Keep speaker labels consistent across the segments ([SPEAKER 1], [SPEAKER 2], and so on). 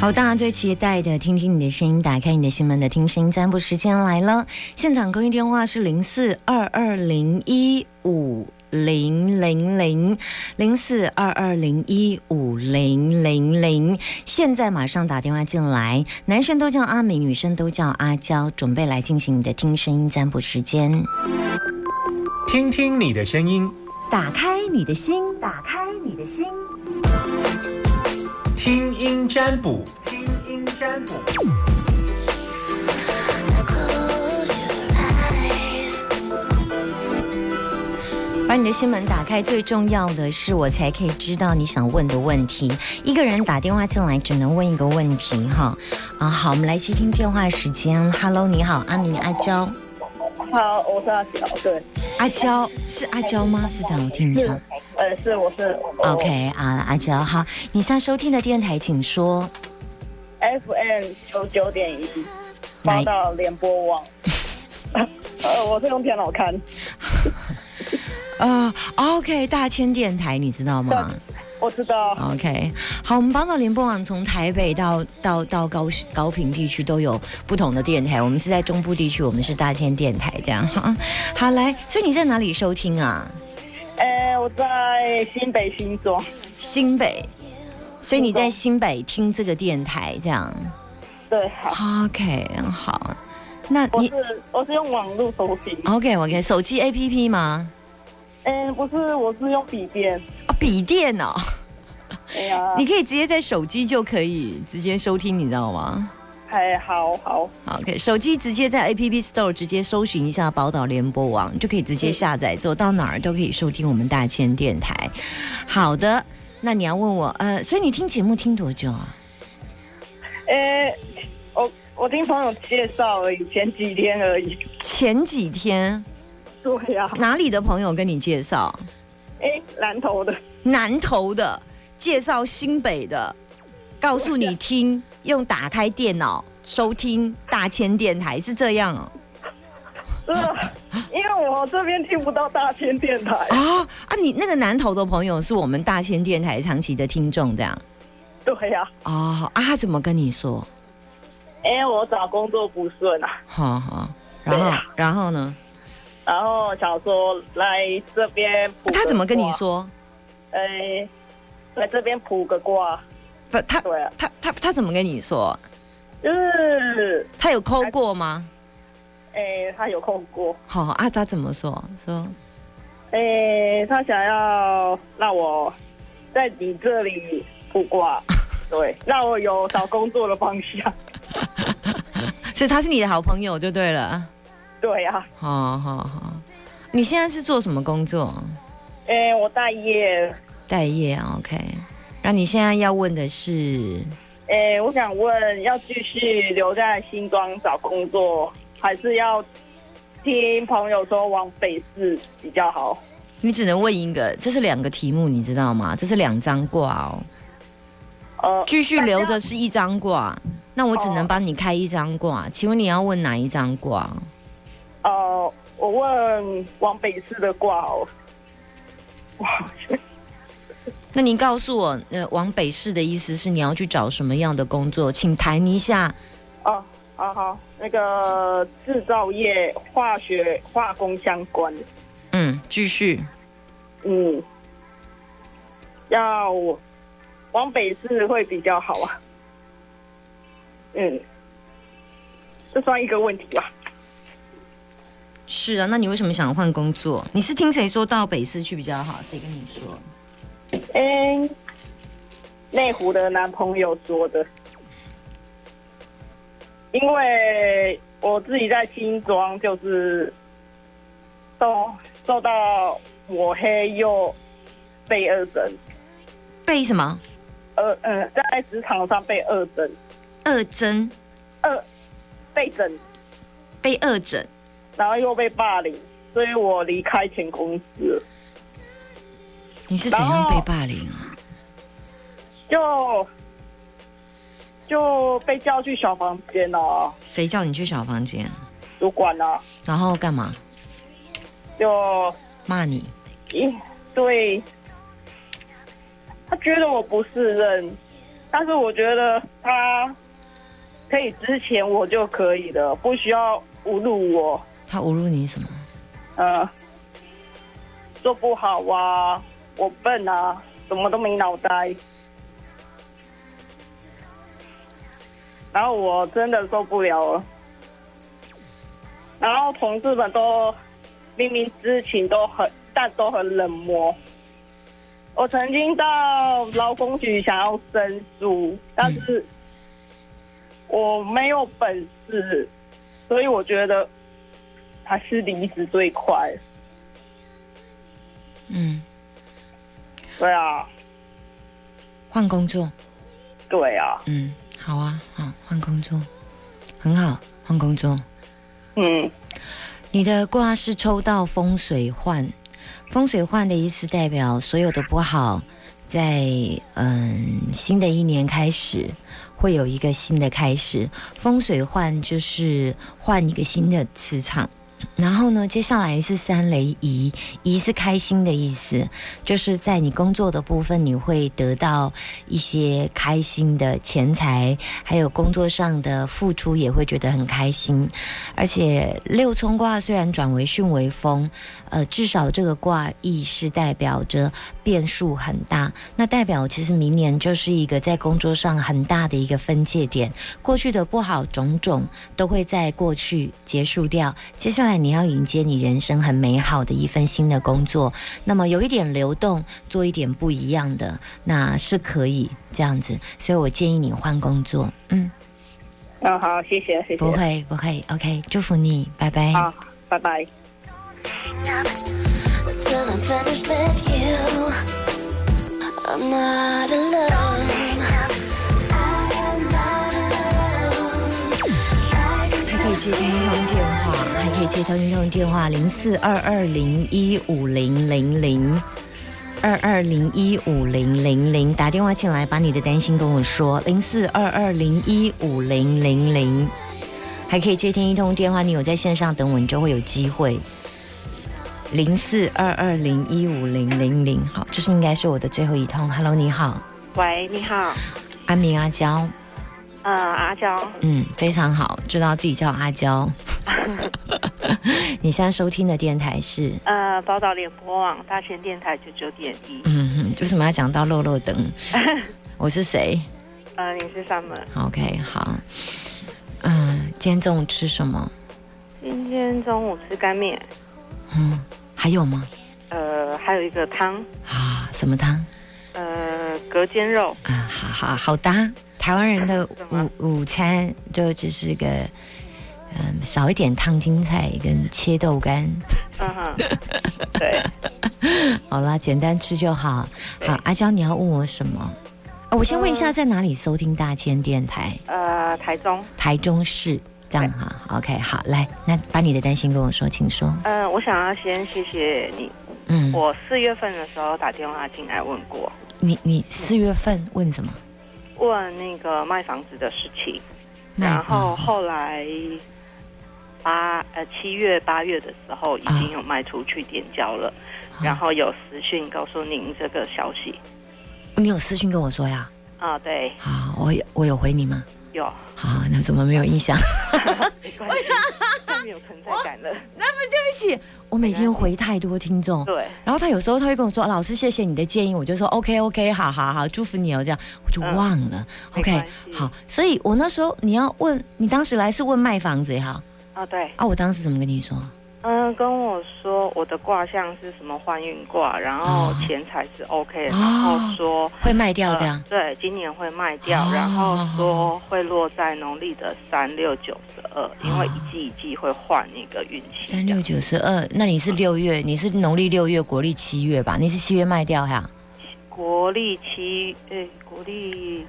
[SPEAKER 1] 好，大家最期待的，听听你的声音，打开你的心门的听声音占卜时间来了。现场公益电话是零四二二零一五零零零零四二二零一五零零零。现在马上打电话进来，男生都叫阿明，女生都叫阿娇，准备来进行你的听声音占卜时间。
[SPEAKER 2] 听听你的声音，
[SPEAKER 1] 打开你的心，打开你的心。
[SPEAKER 2] 听音占卜，听音占卜。
[SPEAKER 1] 把你的心门打开，最重要的是，我才可以知道你想问的问题。一个人打电话进来，只能问一个问题，哈。啊，好，我们来接听电话时间。Hello，你好，阿明、阿娇、
[SPEAKER 3] 好，我是阿小，对，
[SPEAKER 1] 阿娇是阿娇吗？是这样，我听一下
[SPEAKER 3] 是。，呃，是我是
[SPEAKER 1] OK 啊，阿娇，好，你现在收听的电台，请说。
[SPEAKER 3] FM 九九点一，
[SPEAKER 1] 哪
[SPEAKER 3] 报
[SPEAKER 1] 一
[SPEAKER 3] 到联播 网。呃，我是用电脑看，
[SPEAKER 1] 呃，OK，大千电台，你知道吗
[SPEAKER 3] 我知道。
[SPEAKER 1] ？OK，好，我们帮到联播网从台北到到到高高平地区都有不同的电台，我们是在中部地区，我们是大千电台这样 哈。好，来，所以你在哪里收听啊？
[SPEAKER 3] 呃，我在新北新庄，
[SPEAKER 1] 新北，所以你在新北听这个电台这样。
[SPEAKER 3] 对，好，
[SPEAKER 1] OK，好，那
[SPEAKER 3] 我
[SPEAKER 1] 你哦
[SPEAKER 3] 是我是用网络收听，
[SPEAKER 1] OK OK，手机 APP 吗？
[SPEAKER 3] 嗯、不是，我是用笔电。
[SPEAKER 1] 啊，笔电哦，
[SPEAKER 3] 哎呀，
[SPEAKER 1] 你可以直接在手机就可以直接收听，你知道吗？
[SPEAKER 3] 还哎好好，
[SPEAKER 1] 好 OK，手机直接在 App Store 直接搜寻一下宝岛联播网，你就可以直接下载，走到哪儿都可以收听我们大千电台。好的，那你要问我，呃，所以你听节目听多久啊？
[SPEAKER 3] 呃，我我听朋友介绍而已，前几天而已。
[SPEAKER 1] 前几天
[SPEAKER 3] 对呀、
[SPEAKER 1] 哪里的朋友跟你介绍？
[SPEAKER 3] 哎，蓝头的，
[SPEAKER 1] 南投的，介绍新北的，告诉你听，用打开电脑收听大千电台是这样哦。
[SPEAKER 3] 真 的，啊因为我这边听不到大千电台。
[SPEAKER 1] 啊啊！你那个南投的朋友是我们大千电台长期的听众，这样
[SPEAKER 3] 对呀、
[SPEAKER 1] 哦啊？他怎么跟你说？
[SPEAKER 3] 因为哎我找工作不顺啊，
[SPEAKER 1] 好好，然后、
[SPEAKER 3] 对啊
[SPEAKER 1] 然后呢？
[SPEAKER 3] 然后想说来这边卜、
[SPEAKER 1] 他怎么跟你？说？
[SPEAKER 3] 哎、来这边卜个卦，
[SPEAKER 1] 不，他
[SPEAKER 3] 对啊，
[SPEAKER 1] 他他他怎么跟你说？
[SPEAKER 3] 就是
[SPEAKER 1] 他有抠过吗？
[SPEAKER 3] 哎、他有空过，
[SPEAKER 1] 好啊，他怎么说？说
[SPEAKER 3] 哎、他想要让我在你这里卜 卦，对，让我有找工作的方向。
[SPEAKER 1] 所以他是你的好朋友就对了。
[SPEAKER 3] 对啊呀、
[SPEAKER 1] 好好好，你现在是做什么工作？
[SPEAKER 3] 哎、我大业，
[SPEAKER 1] 待业，OK。那啊你现在要问的是，
[SPEAKER 3] 哎、我想问，要继续留在新庄找工作，还是要听朋友说往北市比较好？
[SPEAKER 1] 你只能问一个，这是两个题目，你知道吗？这是两张卦哦。
[SPEAKER 3] 呃，
[SPEAKER 1] 继续留着是一张卦，那我只
[SPEAKER 3] 哦
[SPEAKER 1] 能帮你开一张卦。请问你要问哪一张卦？
[SPEAKER 3] 呃，我问往北市的挂哦。哇，
[SPEAKER 1] 那你告诉我，呃，往北市的意思是你要去找什么样的工作？请谈一下
[SPEAKER 3] 哦啊好，那个制造业、化学、化工相关的，
[SPEAKER 1] 嗯，继续。
[SPEAKER 3] 嗯，要往北市会比较好啊。嗯，这算一个问题吧。
[SPEAKER 1] 是啊，那你为什么想换工作？你是听谁说到北市去比较好？谁跟你说？
[SPEAKER 3] 嗯，内湖的男朋友说的，因为我自己在新庄就是受受到抹黑又被二整，
[SPEAKER 1] 被什么
[SPEAKER 3] 呃呃，在职场上被二整，
[SPEAKER 1] 二针？
[SPEAKER 3] 二被整，
[SPEAKER 1] 被二诊？
[SPEAKER 3] 然后又被霸凌，所以我离开前公司了
[SPEAKER 1] 你是怎样被霸凌啊？
[SPEAKER 3] 就就被叫去小房间啊，
[SPEAKER 1] 谁叫你去小房间？
[SPEAKER 3] 主管啊，
[SPEAKER 1] 然后干嘛？
[SPEAKER 3] 就。
[SPEAKER 1] 骂你？
[SPEAKER 3] 咦，对，他觉得我不是人，
[SPEAKER 4] 但是我觉得他可以之前我就可以了，不需要侮辱我。
[SPEAKER 1] 他侮辱你什么？
[SPEAKER 4] 呃，做不好啊，我笨啊，什么都没脑袋。然后我真的受不了了。然后同事们都明明知情都很，但都很冷漠。我曾经到劳工局想要申诉，但是我没有本事，所以我觉得还是离职最快。
[SPEAKER 1] 嗯，
[SPEAKER 4] 对啊，
[SPEAKER 1] 换工作。
[SPEAKER 4] 对啊，
[SPEAKER 1] 嗯，好啊，好，换工作，很好，换工作。
[SPEAKER 4] 嗯，
[SPEAKER 1] 你的卦是抽到风水换，风水换的意思代表所有的不好，在嗯新的一年开始会有一个新的开始。风水换就是换一个新的磁场。然后呢，接下来是三雷仪，仪是开心的意思，就是在你工作的部分，你会得到一些开心的钱财，还有工作上的付出也会觉得很开心。而且六冲卦虽然转为巽为风，呃，至少这个卦意是代表着变数很大，那代表其实明年就是一个在工作上很大的一个分界点，过去的不好种种都会在过去结束掉，接下来你要迎接你人生很美好的一份新的工作，那么有一点流动，做一点不一样的，那是可以这样子，所以我建议你换工作，嗯，
[SPEAKER 4] 那嗯好，谢谢，谢谢，
[SPEAKER 1] 不会不会，OK，祝福你，拜拜。
[SPEAKER 4] 好，拜拜。
[SPEAKER 5] Till I'm finished with you. I'm not alone. I'm not alone. I can
[SPEAKER 1] 还可以接听通电话，还可以接通通电话零四二二零一五零零零二二零一五零零零，打电话进来把你的担心跟我说，零四二二零一五零零零，还可以接听一通电话，你有在线上等我，你就会有机会。零四二二零一五零零零，好，这是应该是我的最后一通。Hello，你好，
[SPEAKER 3] 喂，你好，
[SPEAKER 1] 阿明阿娇，
[SPEAKER 3] 呃，阿娇，
[SPEAKER 1] 嗯，非常好，知道自己叫阿娇。 你现在收听的电台是，
[SPEAKER 3] 呃，宝岛联播网大千电台九九点一，
[SPEAKER 1] 嗯，哼，为什么要讲到肉肉 等？我是谁
[SPEAKER 3] 呃，你是 Summer，
[SPEAKER 1] ？OK，好，嗯，今天中午吃什么？
[SPEAKER 3] 今天中午吃干面，
[SPEAKER 1] 嗯，还有吗？
[SPEAKER 3] 呃，还有一个汤，
[SPEAKER 1] 啊，什么汤？
[SPEAKER 3] 呃，隔间肉，
[SPEAKER 1] 啊，好好好搭，台湾人的
[SPEAKER 3] 什么
[SPEAKER 1] 午午餐就就是个，嗯，少一点烫青菜跟切豆干。
[SPEAKER 3] 嗯哼，对，
[SPEAKER 1] 好啦，简单吃就好。
[SPEAKER 3] 对
[SPEAKER 1] 好，阿娇，你要问我什么？啊，我先问一下，
[SPEAKER 3] 呃
[SPEAKER 1] 在哪里收听大千电台？
[SPEAKER 3] 呃，台中，
[SPEAKER 1] 台中市，这样哈。OK，好，来，那把你的担心跟我说，请说。
[SPEAKER 3] 呃，我想要先谢谢你，
[SPEAKER 1] 嗯，
[SPEAKER 3] 我四月份的时候打电话进来问过，
[SPEAKER 1] 你你四月份问什么？
[SPEAKER 3] 问那个卖房子的事情，
[SPEAKER 1] 卖
[SPEAKER 3] 然
[SPEAKER 1] 房
[SPEAKER 3] 后后来八呃七月八月的时候已经有卖出去点交了，
[SPEAKER 1] 啊
[SPEAKER 3] 然后有私讯告诉您这个消息
[SPEAKER 1] 你有私讯跟我说呀？
[SPEAKER 3] 啊，对，
[SPEAKER 1] 好，我有我有回你吗？
[SPEAKER 3] 有，
[SPEAKER 1] 好，那怎么没有印象？
[SPEAKER 3] 没关
[SPEAKER 1] 哎
[SPEAKER 3] 系，太没有存在感 了，
[SPEAKER 1] 对不起，我每天回太多听众。
[SPEAKER 3] 对，
[SPEAKER 1] 然后他有时候他会跟我说：“老师，谢谢你的建议。”我就说：“OK OK，好好好，祝福你哦。”这样我就
[SPEAKER 3] 嗯
[SPEAKER 1] 忘了。
[SPEAKER 3] 没
[SPEAKER 1] OK，
[SPEAKER 3] 关系
[SPEAKER 1] 好，所以我那时候你要问，你当时来是问卖房子也好
[SPEAKER 3] 啊对，
[SPEAKER 1] 啊，我当时怎么跟你说？
[SPEAKER 3] 嗯、跟我说我的卦象是什么换运卦，然后
[SPEAKER 1] 啊
[SPEAKER 3] 钱财是 OK，、然
[SPEAKER 1] 哦
[SPEAKER 3] 后说。
[SPEAKER 1] 会卖掉这样
[SPEAKER 3] 呃？对，今年会卖掉，
[SPEAKER 1] 哦
[SPEAKER 3] 然后说会落在农历的三六九十二，因为一季一季会换一个运气。
[SPEAKER 1] 啊三六九十二，那你是六月，你是农历六月，国历七月吧？你是七月卖掉呀？
[SPEAKER 3] 国历七，诶，国历，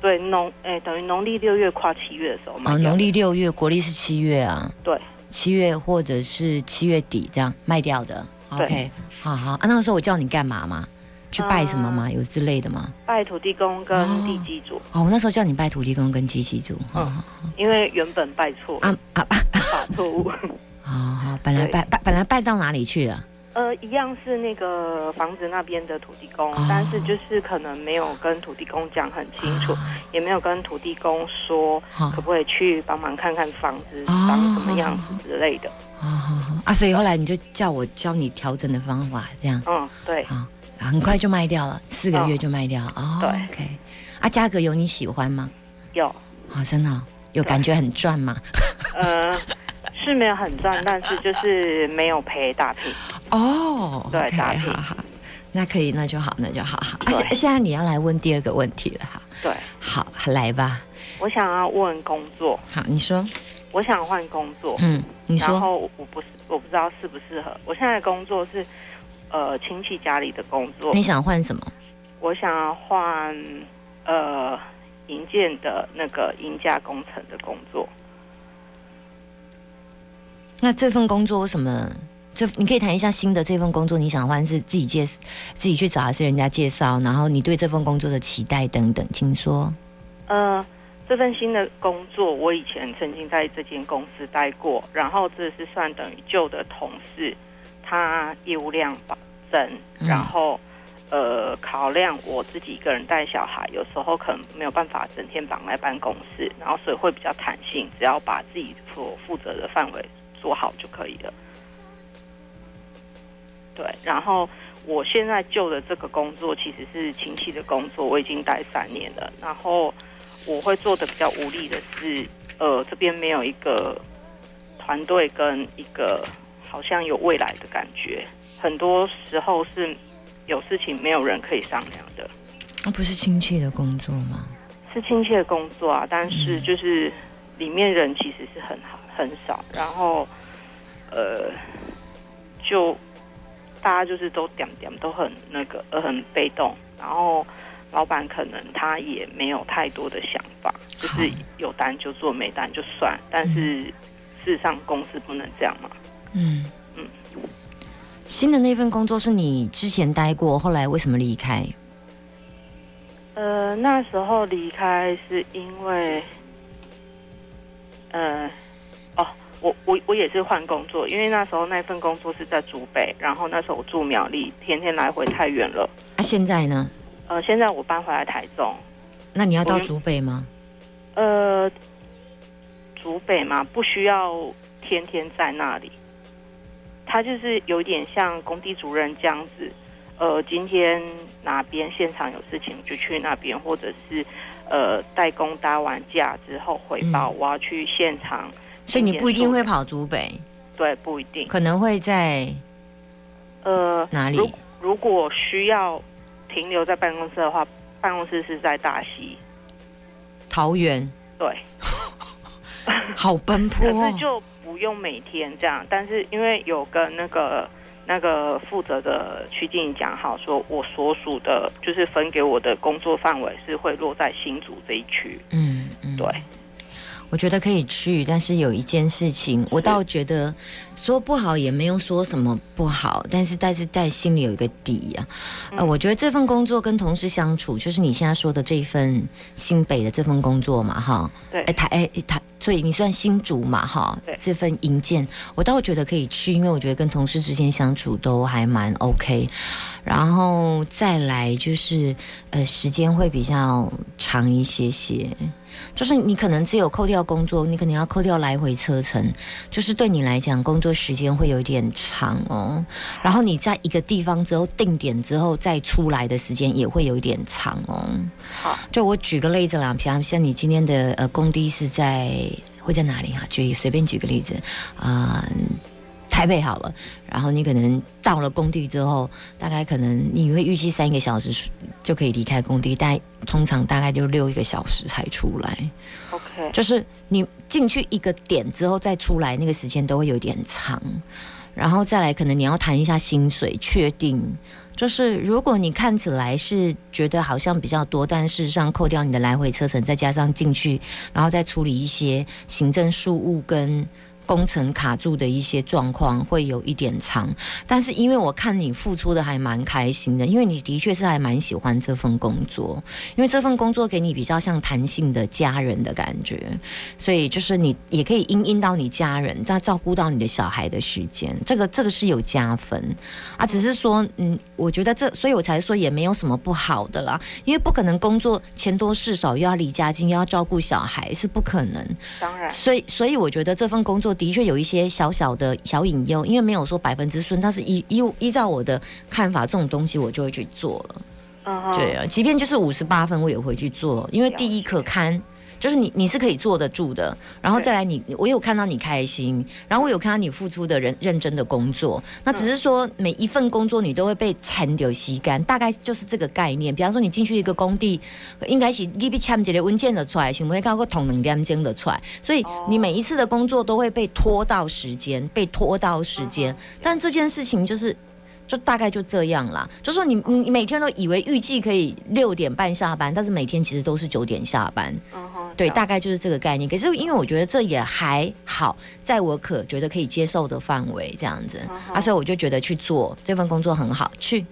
[SPEAKER 3] 对农，诶，等于农历六月跨七月的时候嘛。
[SPEAKER 1] 哦，农历六月，国历是七月啊。
[SPEAKER 3] 对，
[SPEAKER 1] 七月或者是七月底这样卖掉的。
[SPEAKER 3] 对
[SPEAKER 1] OK，好好、啊。那时候我叫你干嘛吗？去拜什么吗？
[SPEAKER 3] 呃
[SPEAKER 1] 有之类的吗？
[SPEAKER 3] 拜土地公跟地基主，
[SPEAKER 1] 哦，我那时候叫你拜土地公跟机器主。
[SPEAKER 3] 嗯
[SPEAKER 1] 哦
[SPEAKER 3] 因为原本拜错，
[SPEAKER 1] 啊啊啊！哦
[SPEAKER 3] 打错误。
[SPEAKER 1] 好好，本来
[SPEAKER 3] 对
[SPEAKER 1] 拜拜，本来拜到哪里去了？啊
[SPEAKER 3] 呃，一样是那个房子那边的土地公，
[SPEAKER 1] 哦
[SPEAKER 3] 但是就是可能没有跟土地公讲很清楚，
[SPEAKER 1] 啊
[SPEAKER 3] 也没有跟土地公说
[SPEAKER 1] 哦
[SPEAKER 3] 可不可以去帮忙看看房子
[SPEAKER 1] 哦
[SPEAKER 3] 长什么样子之类的。
[SPEAKER 1] 啊啊！所以后来你就叫我教你调整的方法，这样
[SPEAKER 3] 嗯，对，
[SPEAKER 1] 啊，很快就卖掉了，四个
[SPEAKER 3] 哦
[SPEAKER 1] 月就卖掉了。哦
[SPEAKER 3] 对
[SPEAKER 1] o k 啊，价格有你喜欢吗？
[SPEAKER 3] 有，
[SPEAKER 1] 啊，真的哦、有感觉很赚吗？
[SPEAKER 3] 呃，是没有很赚，但是就是没有赔打平。
[SPEAKER 1] 哦，
[SPEAKER 3] 对
[SPEAKER 1] OK，
[SPEAKER 3] 打平
[SPEAKER 1] 好好，那可以，那就好，那就好。好而
[SPEAKER 3] 对
[SPEAKER 1] 且现在你要来问第二个问题了哈，
[SPEAKER 3] 对，
[SPEAKER 1] 好，来吧，
[SPEAKER 3] 我想要问工作，
[SPEAKER 1] 好，你说，
[SPEAKER 3] 我想换工作，
[SPEAKER 1] 嗯，你
[SPEAKER 3] 然
[SPEAKER 1] 说，
[SPEAKER 3] 后我不是我不知道适不适合。我现在的工作是呃亲戚家里的工作，
[SPEAKER 1] 你想换什么？
[SPEAKER 3] 我想要换呃营建的那个营价工程的工作。
[SPEAKER 1] 那这份工作为什么？这你可以谈一下新的这份工作，你想换是自己介自己去找，还是人家介绍？然后你对这份工作的期待等等，请说。
[SPEAKER 3] 呃，这份新的工作，我以前曾经在这间公司待过，然后这是算等于旧的同事，他业务量保证，
[SPEAKER 1] 嗯
[SPEAKER 3] 然后。呃，考量我自己一个人带小孩，有时候可能没有办法整天绑在办公室，然后所以会比较弹性，只要把自己所负责的范围做好就可以了。对，然后我现在就的这个工作其实是亲戚的工作，我已经待三年了。然后我会做的比较无力的是，呃，这边没有一个团队跟一个好像有未来的感觉，很多时候是有事情没有人可以商量的，
[SPEAKER 1] 那、不是亲戚的工作吗？
[SPEAKER 3] 是亲戚的工作啊，但是就是里面人其实是很好很少，然后呃，就大家就是都点点都很那个呃很被动，然后老板可能他也没有太多的想法，就是有单就做，没单就算，但是事实上公司不能这样嘛，
[SPEAKER 1] 嗯
[SPEAKER 3] 嗯
[SPEAKER 1] 新的那份工作是你之前待过，后来为什么离开？
[SPEAKER 3] 呃，那时候离开是因为，呃，哦，我我我也是换工作，因为那时候那份工作是在竹北，然后那时候我住苗栗，天天来回太远了。
[SPEAKER 1] 啊，现在呢？
[SPEAKER 3] 呃，现在我搬回来台中，
[SPEAKER 1] 那你要到
[SPEAKER 3] 我
[SPEAKER 1] 竹北吗？
[SPEAKER 3] 呃，竹北嘛，不需要天天在那里，他就是有点像工地主任这样子。呃，今天哪边现场有事情就去那边，或者是呃代工搭完架之后回报，我要去现场。
[SPEAKER 1] 所以你不一定会跑竹北，
[SPEAKER 3] 对，不一定。
[SPEAKER 1] 可能会在
[SPEAKER 3] 呃，
[SPEAKER 1] 哪里
[SPEAKER 3] 如如果需要停留在办公室的话，办公室是在大溪。
[SPEAKER 1] 桃园，
[SPEAKER 3] 对，
[SPEAKER 1] 好奔波、
[SPEAKER 3] 可
[SPEAKER 1] 哦
[SPEAKER 3] 是。就不用每天这样，但是因为有跟那个那个负责的区经理讲好，说我所属的，就是分给我的工作范围是会落在新竹这一区。
[SPEAKER 1] 嗯嗯，
[SPEAKER 3] 对，
[SPEAKER 1] 我觉得可以去，但是有一件事情，我倒觉得说不好也没有说什么不好，但是但是在心里有一个底啊。呃，我觉得这份工作跟同事相处，就是你现在说的这一份新北的这份工作嘛，哈。
[SPEAKER 3] 对
[SPEAKER 1] 哎，台哎台，所以你算新竹嘛，哈
[SPEAKER 3] 对。
[SPEAKER 1] 这份营建，我倒觉得可以去，因为我觉得跟同事之间相处都还蛮 OK。然后再来就是，呃，时间会比较长一些些。就是你可能只有扣掉工作，你可能要扣掉来回车程，就是对你来讲工作时间会有一点长哦。然后你在一个地方之后定点之后再出来的时间也会有一点长哦。
[SPEAKER 3] 好，
[SPEAKER 1] 就我举个例子啦，比方像你今天的呃工地是在会在哪里啊？举随便举个例子啊。台北好了，然后你可能到了工地之后，大概可能你会预计三个小时就可以离开工地，但通常大概就六一个小时才出来。
[SPEAKER 3] OK，
[SPEAKER 1] 就是你进去一个点之后再出来，那个时间都会有点长。然后再来，可能你要谈一下薪水，确定。就是如果你看起来是觉得好像比较多，但事实上扣掉你的来回车程，再加上进去，然后再处理一些行政事务跟。工程卡住的一些状况会有一点长，但是因为我看你付出的还蛮开心的，因为你的确是还蛮喜欢这份工作，因为这份工作给你比较像弹性的家人的感觉，所以就是你也可以因应到你家人，再照顾到你的小孩的时间，这个这个是有加分啊，只是说嗯，我觉得这，所以我才说也没有什么不好的啦，因为不可能工作钱多事少，又要离家近，又要照顾小孩是不可能，
[SPEAKER 3] 当然，
[SPEAKER 1] 所以，所以我觉得这份工作的确有一些小小的小隐忧，因为没有说百分之顺，但是依依依照我的看法，这种东西我就会去做了。
[SPEAKER 3] 嗯哼，
[SPEAKER 1] 对啊，即便就是五十八分，我也会去做，因为第一可堪。就是你，你是可以坐得住的，然后再来你，我有看到你开心，然后我有看到你付出的认认真的工作，那只是说每一份工作你都会被缠掉吸干，大概就是这个概念。比方说你进去一个工地，应该是你被签一个文件的出来，想要到个捅两点钟的出来，所以你每一次的工作都会被拖到时间，被拖到时间。但这件事情就是就大概就这样啦。就说你你你每天都以为预计可以六点半下班，但是每天其实都是九点下班。
[SPEAKER 3] 嗯哼，
[SPEAKER 1] 对，
[SPEAKER 3] 了解
[SPEAKER 1] 大概就是这个概念。可是因为我觉得这也还好，在我可觉得可以接受的范围这样子啊，所以我就觉得去做这份工作很好，去。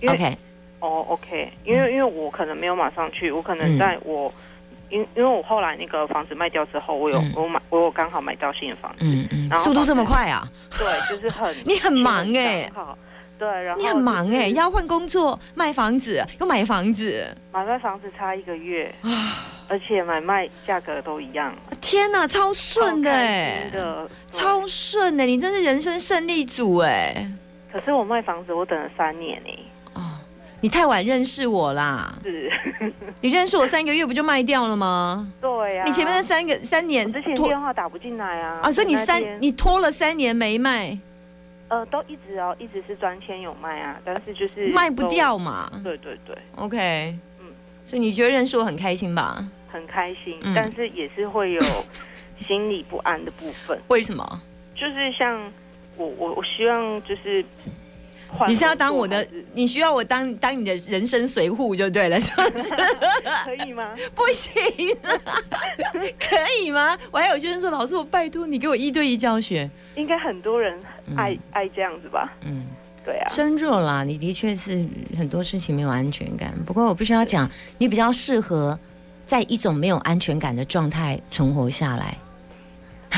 [SPEAKER 3] 因为
[SPEAKER 1] OK，
[SPEAKER 3] 哦，OK，因为因为我可能没有马上去，我可能
[SPEAKER 1] 嗯
[SPEAKER 3] 在我，因因为我后来那个房子卖掉之后，我有
[SPEAKER 1] 嗯
[SPEAKER 3] 我买我有刚好买到新的房子，
[SPEAKER 1] 嗯嗯，
[SPEAKER 3] 然后
[SPEAKER 1] 速度这么快啊？
[SPEAKER 3] 对，就是很
[SPEAKER 1] 你很忙欸
[SPEAKER 3] 刚好对，然后
[SPEAKER 1] 你很忙哎、
[SPEAKER 3] 就是
[SPEAKER 1] 要换工作、卖房子，又买房子，
[SPEAKER 3] 买卖房子差一个月
[SPEAKER 1] 啊
[SPEAKER 3] 而且买卖价格都一样，
[SPEAKER 1] 天哪，超顺的
[SPEAKER 3] 超开
[SPEAKER 1] 哎、
[SPEAKER 3] 心的对
[SPEAKER 1] 超顺的、你真是人生胜利组哎、
[SPEAKER 3] 可是我卖房子我等了三年呢、
[SPEAKER 1] 你太晚认识我啦！
[SPEAKER 3] 是，
[SPEAKER 1] 你认识我三个月不就卖掉了吗？
[SPEAKER 3] 对呀、
[SPEAKER 1] 你前面那三个三年
[SPEAKER 3] 我之前
[SPEAKER 1] 拖
[SPEAKER 3] 电话打不进来啊，
[SPEAKER 1] 啊，所以你
[SPEAKER 3] 那
[SPEAKER 1] 三
[SPEAKER 3] 天
[SPEAKER 1] 你拖了三年没卖，
[SPEAKER 3] 呃都一直哦，一直是专签有卖啊，但是就是
[SPEAKER 1] 卖不
[SPEAKER 3] 都，
[SPEAKER 1] 掉嘛。
[SPEAKER 3] 对对对。
[SPEAKER 1] OK，
[SPEAKER 3] 嗯
[SPEAKER 1] 所以你觉得认识我很开心吧？
[SPEAKER 3] 很开心，
[SPEAKER 1] 嗯
[SPEAKER 3] 但是也是会有心理不安的部分。
[SPEAKER 1] 为什么？
[SPEAKER 3] 就是像我，我我希望就是换工作，
[SPEAKER 1] 你是要当我
[SPEAKER 3] 还
[SPEAKER 1] 的
[SPEAKER 3] 是，
[SPEAKER 1] 你需要我当当你的人生随护就对了，是不 是？
[SPEAKER 3] 可以吗？
[SPEAKER 1] 不行 啊，可以吗？我还有学生说，老师，我拜托你给我一对一教学。
[SPEAKER 3] 应该很多人爱、
[SPEAKER 1] 嗯
[SPEAKER 3] 爱这样子吧？
[SPEAKER 1] 嗯，
[SPEAKER 3] 对啊，
[SPEAKER 1] 深入啦，你的确是很多事情没有安全感。不过我必须要讲，你比较适合在一种没有安全感的状态存活下来。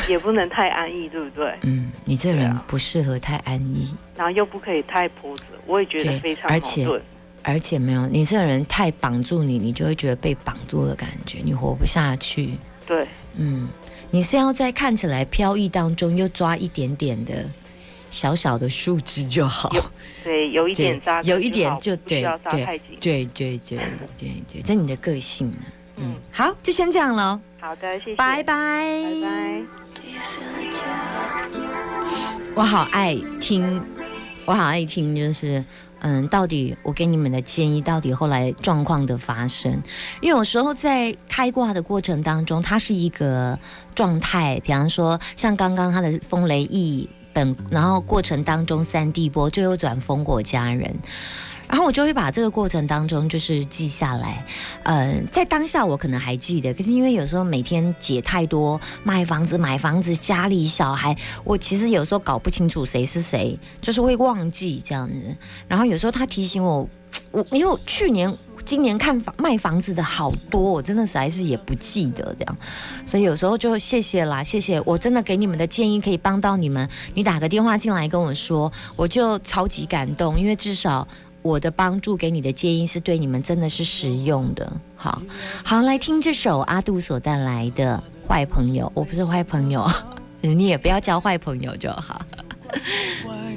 [SPEAKER 3] 也不能太安逸，对不对？
[SPEAKER 1] 嗯，你这
[SPEAKER 3] 对
[SPEAKER 1] 人
[SPEAKER 3] 啊
[SPEAKER 1] 不适合太安逸，
[SPEAKER 3] 然后又不可以太波折，我也觉得
[SPEAKER 1] 对
[SPEAKER 3] 非常
[SPEAKER 1] 而
[SPEAKER 3] 矛
[SPEAKER 1] 且
[SPEAKER 3] 盾。
[SPEAKER 1] 而且没有你这个人太绑住你，你就会觉得被绑住的感觉，你活不下去。
[SPEAKER 3] 对，
[SPEAKER 1] 嗯，你是要在看起来飘逸当中又抓一点点的小小的树枝就好。
[SPEAKER 3] 所以有一点扎根好，
[SPEAKER 1] 有一点就
[SPEAKER 3] 不需
[SPEAKER 1] 对
[SPEAKER 3] 要扎
[SPEAKER 1] 对
[SPEAKER 3] 太紧。
[SPEAKER 1] 对对对对对，这你的个性啊。嗯
[SPEAKER 3] 嗯，
[SPEAKER 1] 好，就先这样了，
[SPEAKER 3] 好的，谢谢，
[SPEAKER 1] 拜
[SPEAKER 3] 拜
[SPEAKER 1] 拜。
[SPEAKER 3] 拜。
[SPEAKER 5] Do you feel it too?
[SPEAKER 1] 我好爱听，我好爱听，就是嗯，到底我给你们的建议，到底后来状况的发生，因为有时候在开挂的过程当中，它是一个状态，比方说像刚刚他的风雷翼本，然后过程当中三地波，最后转风火家人。然后我就会把这个过程当中就是记下来，呃，在当下我可能还记得，可是因为有时候每天解太多，卖房子、买房子、家里小孩，我其实有时候搞不清楚谁是谁，就是会忘记这样子。然后有时候他提醒我，我因为我去年、今年看房卖房子的好多，我真的实在是也不记得这样，所以有时候就谢谢啦，谢谢，我真的给你们的建议可以帮到你们。你打个电话进来跟我说，我就超级感动，因为至少。我的帮助给你的建议是对你们真的是实用的，好好来听这首阿杜所带来的《 坏朋友》，我不是坏朋友，你也不要交坏朋友就好。
[SPEAKER 6] 坏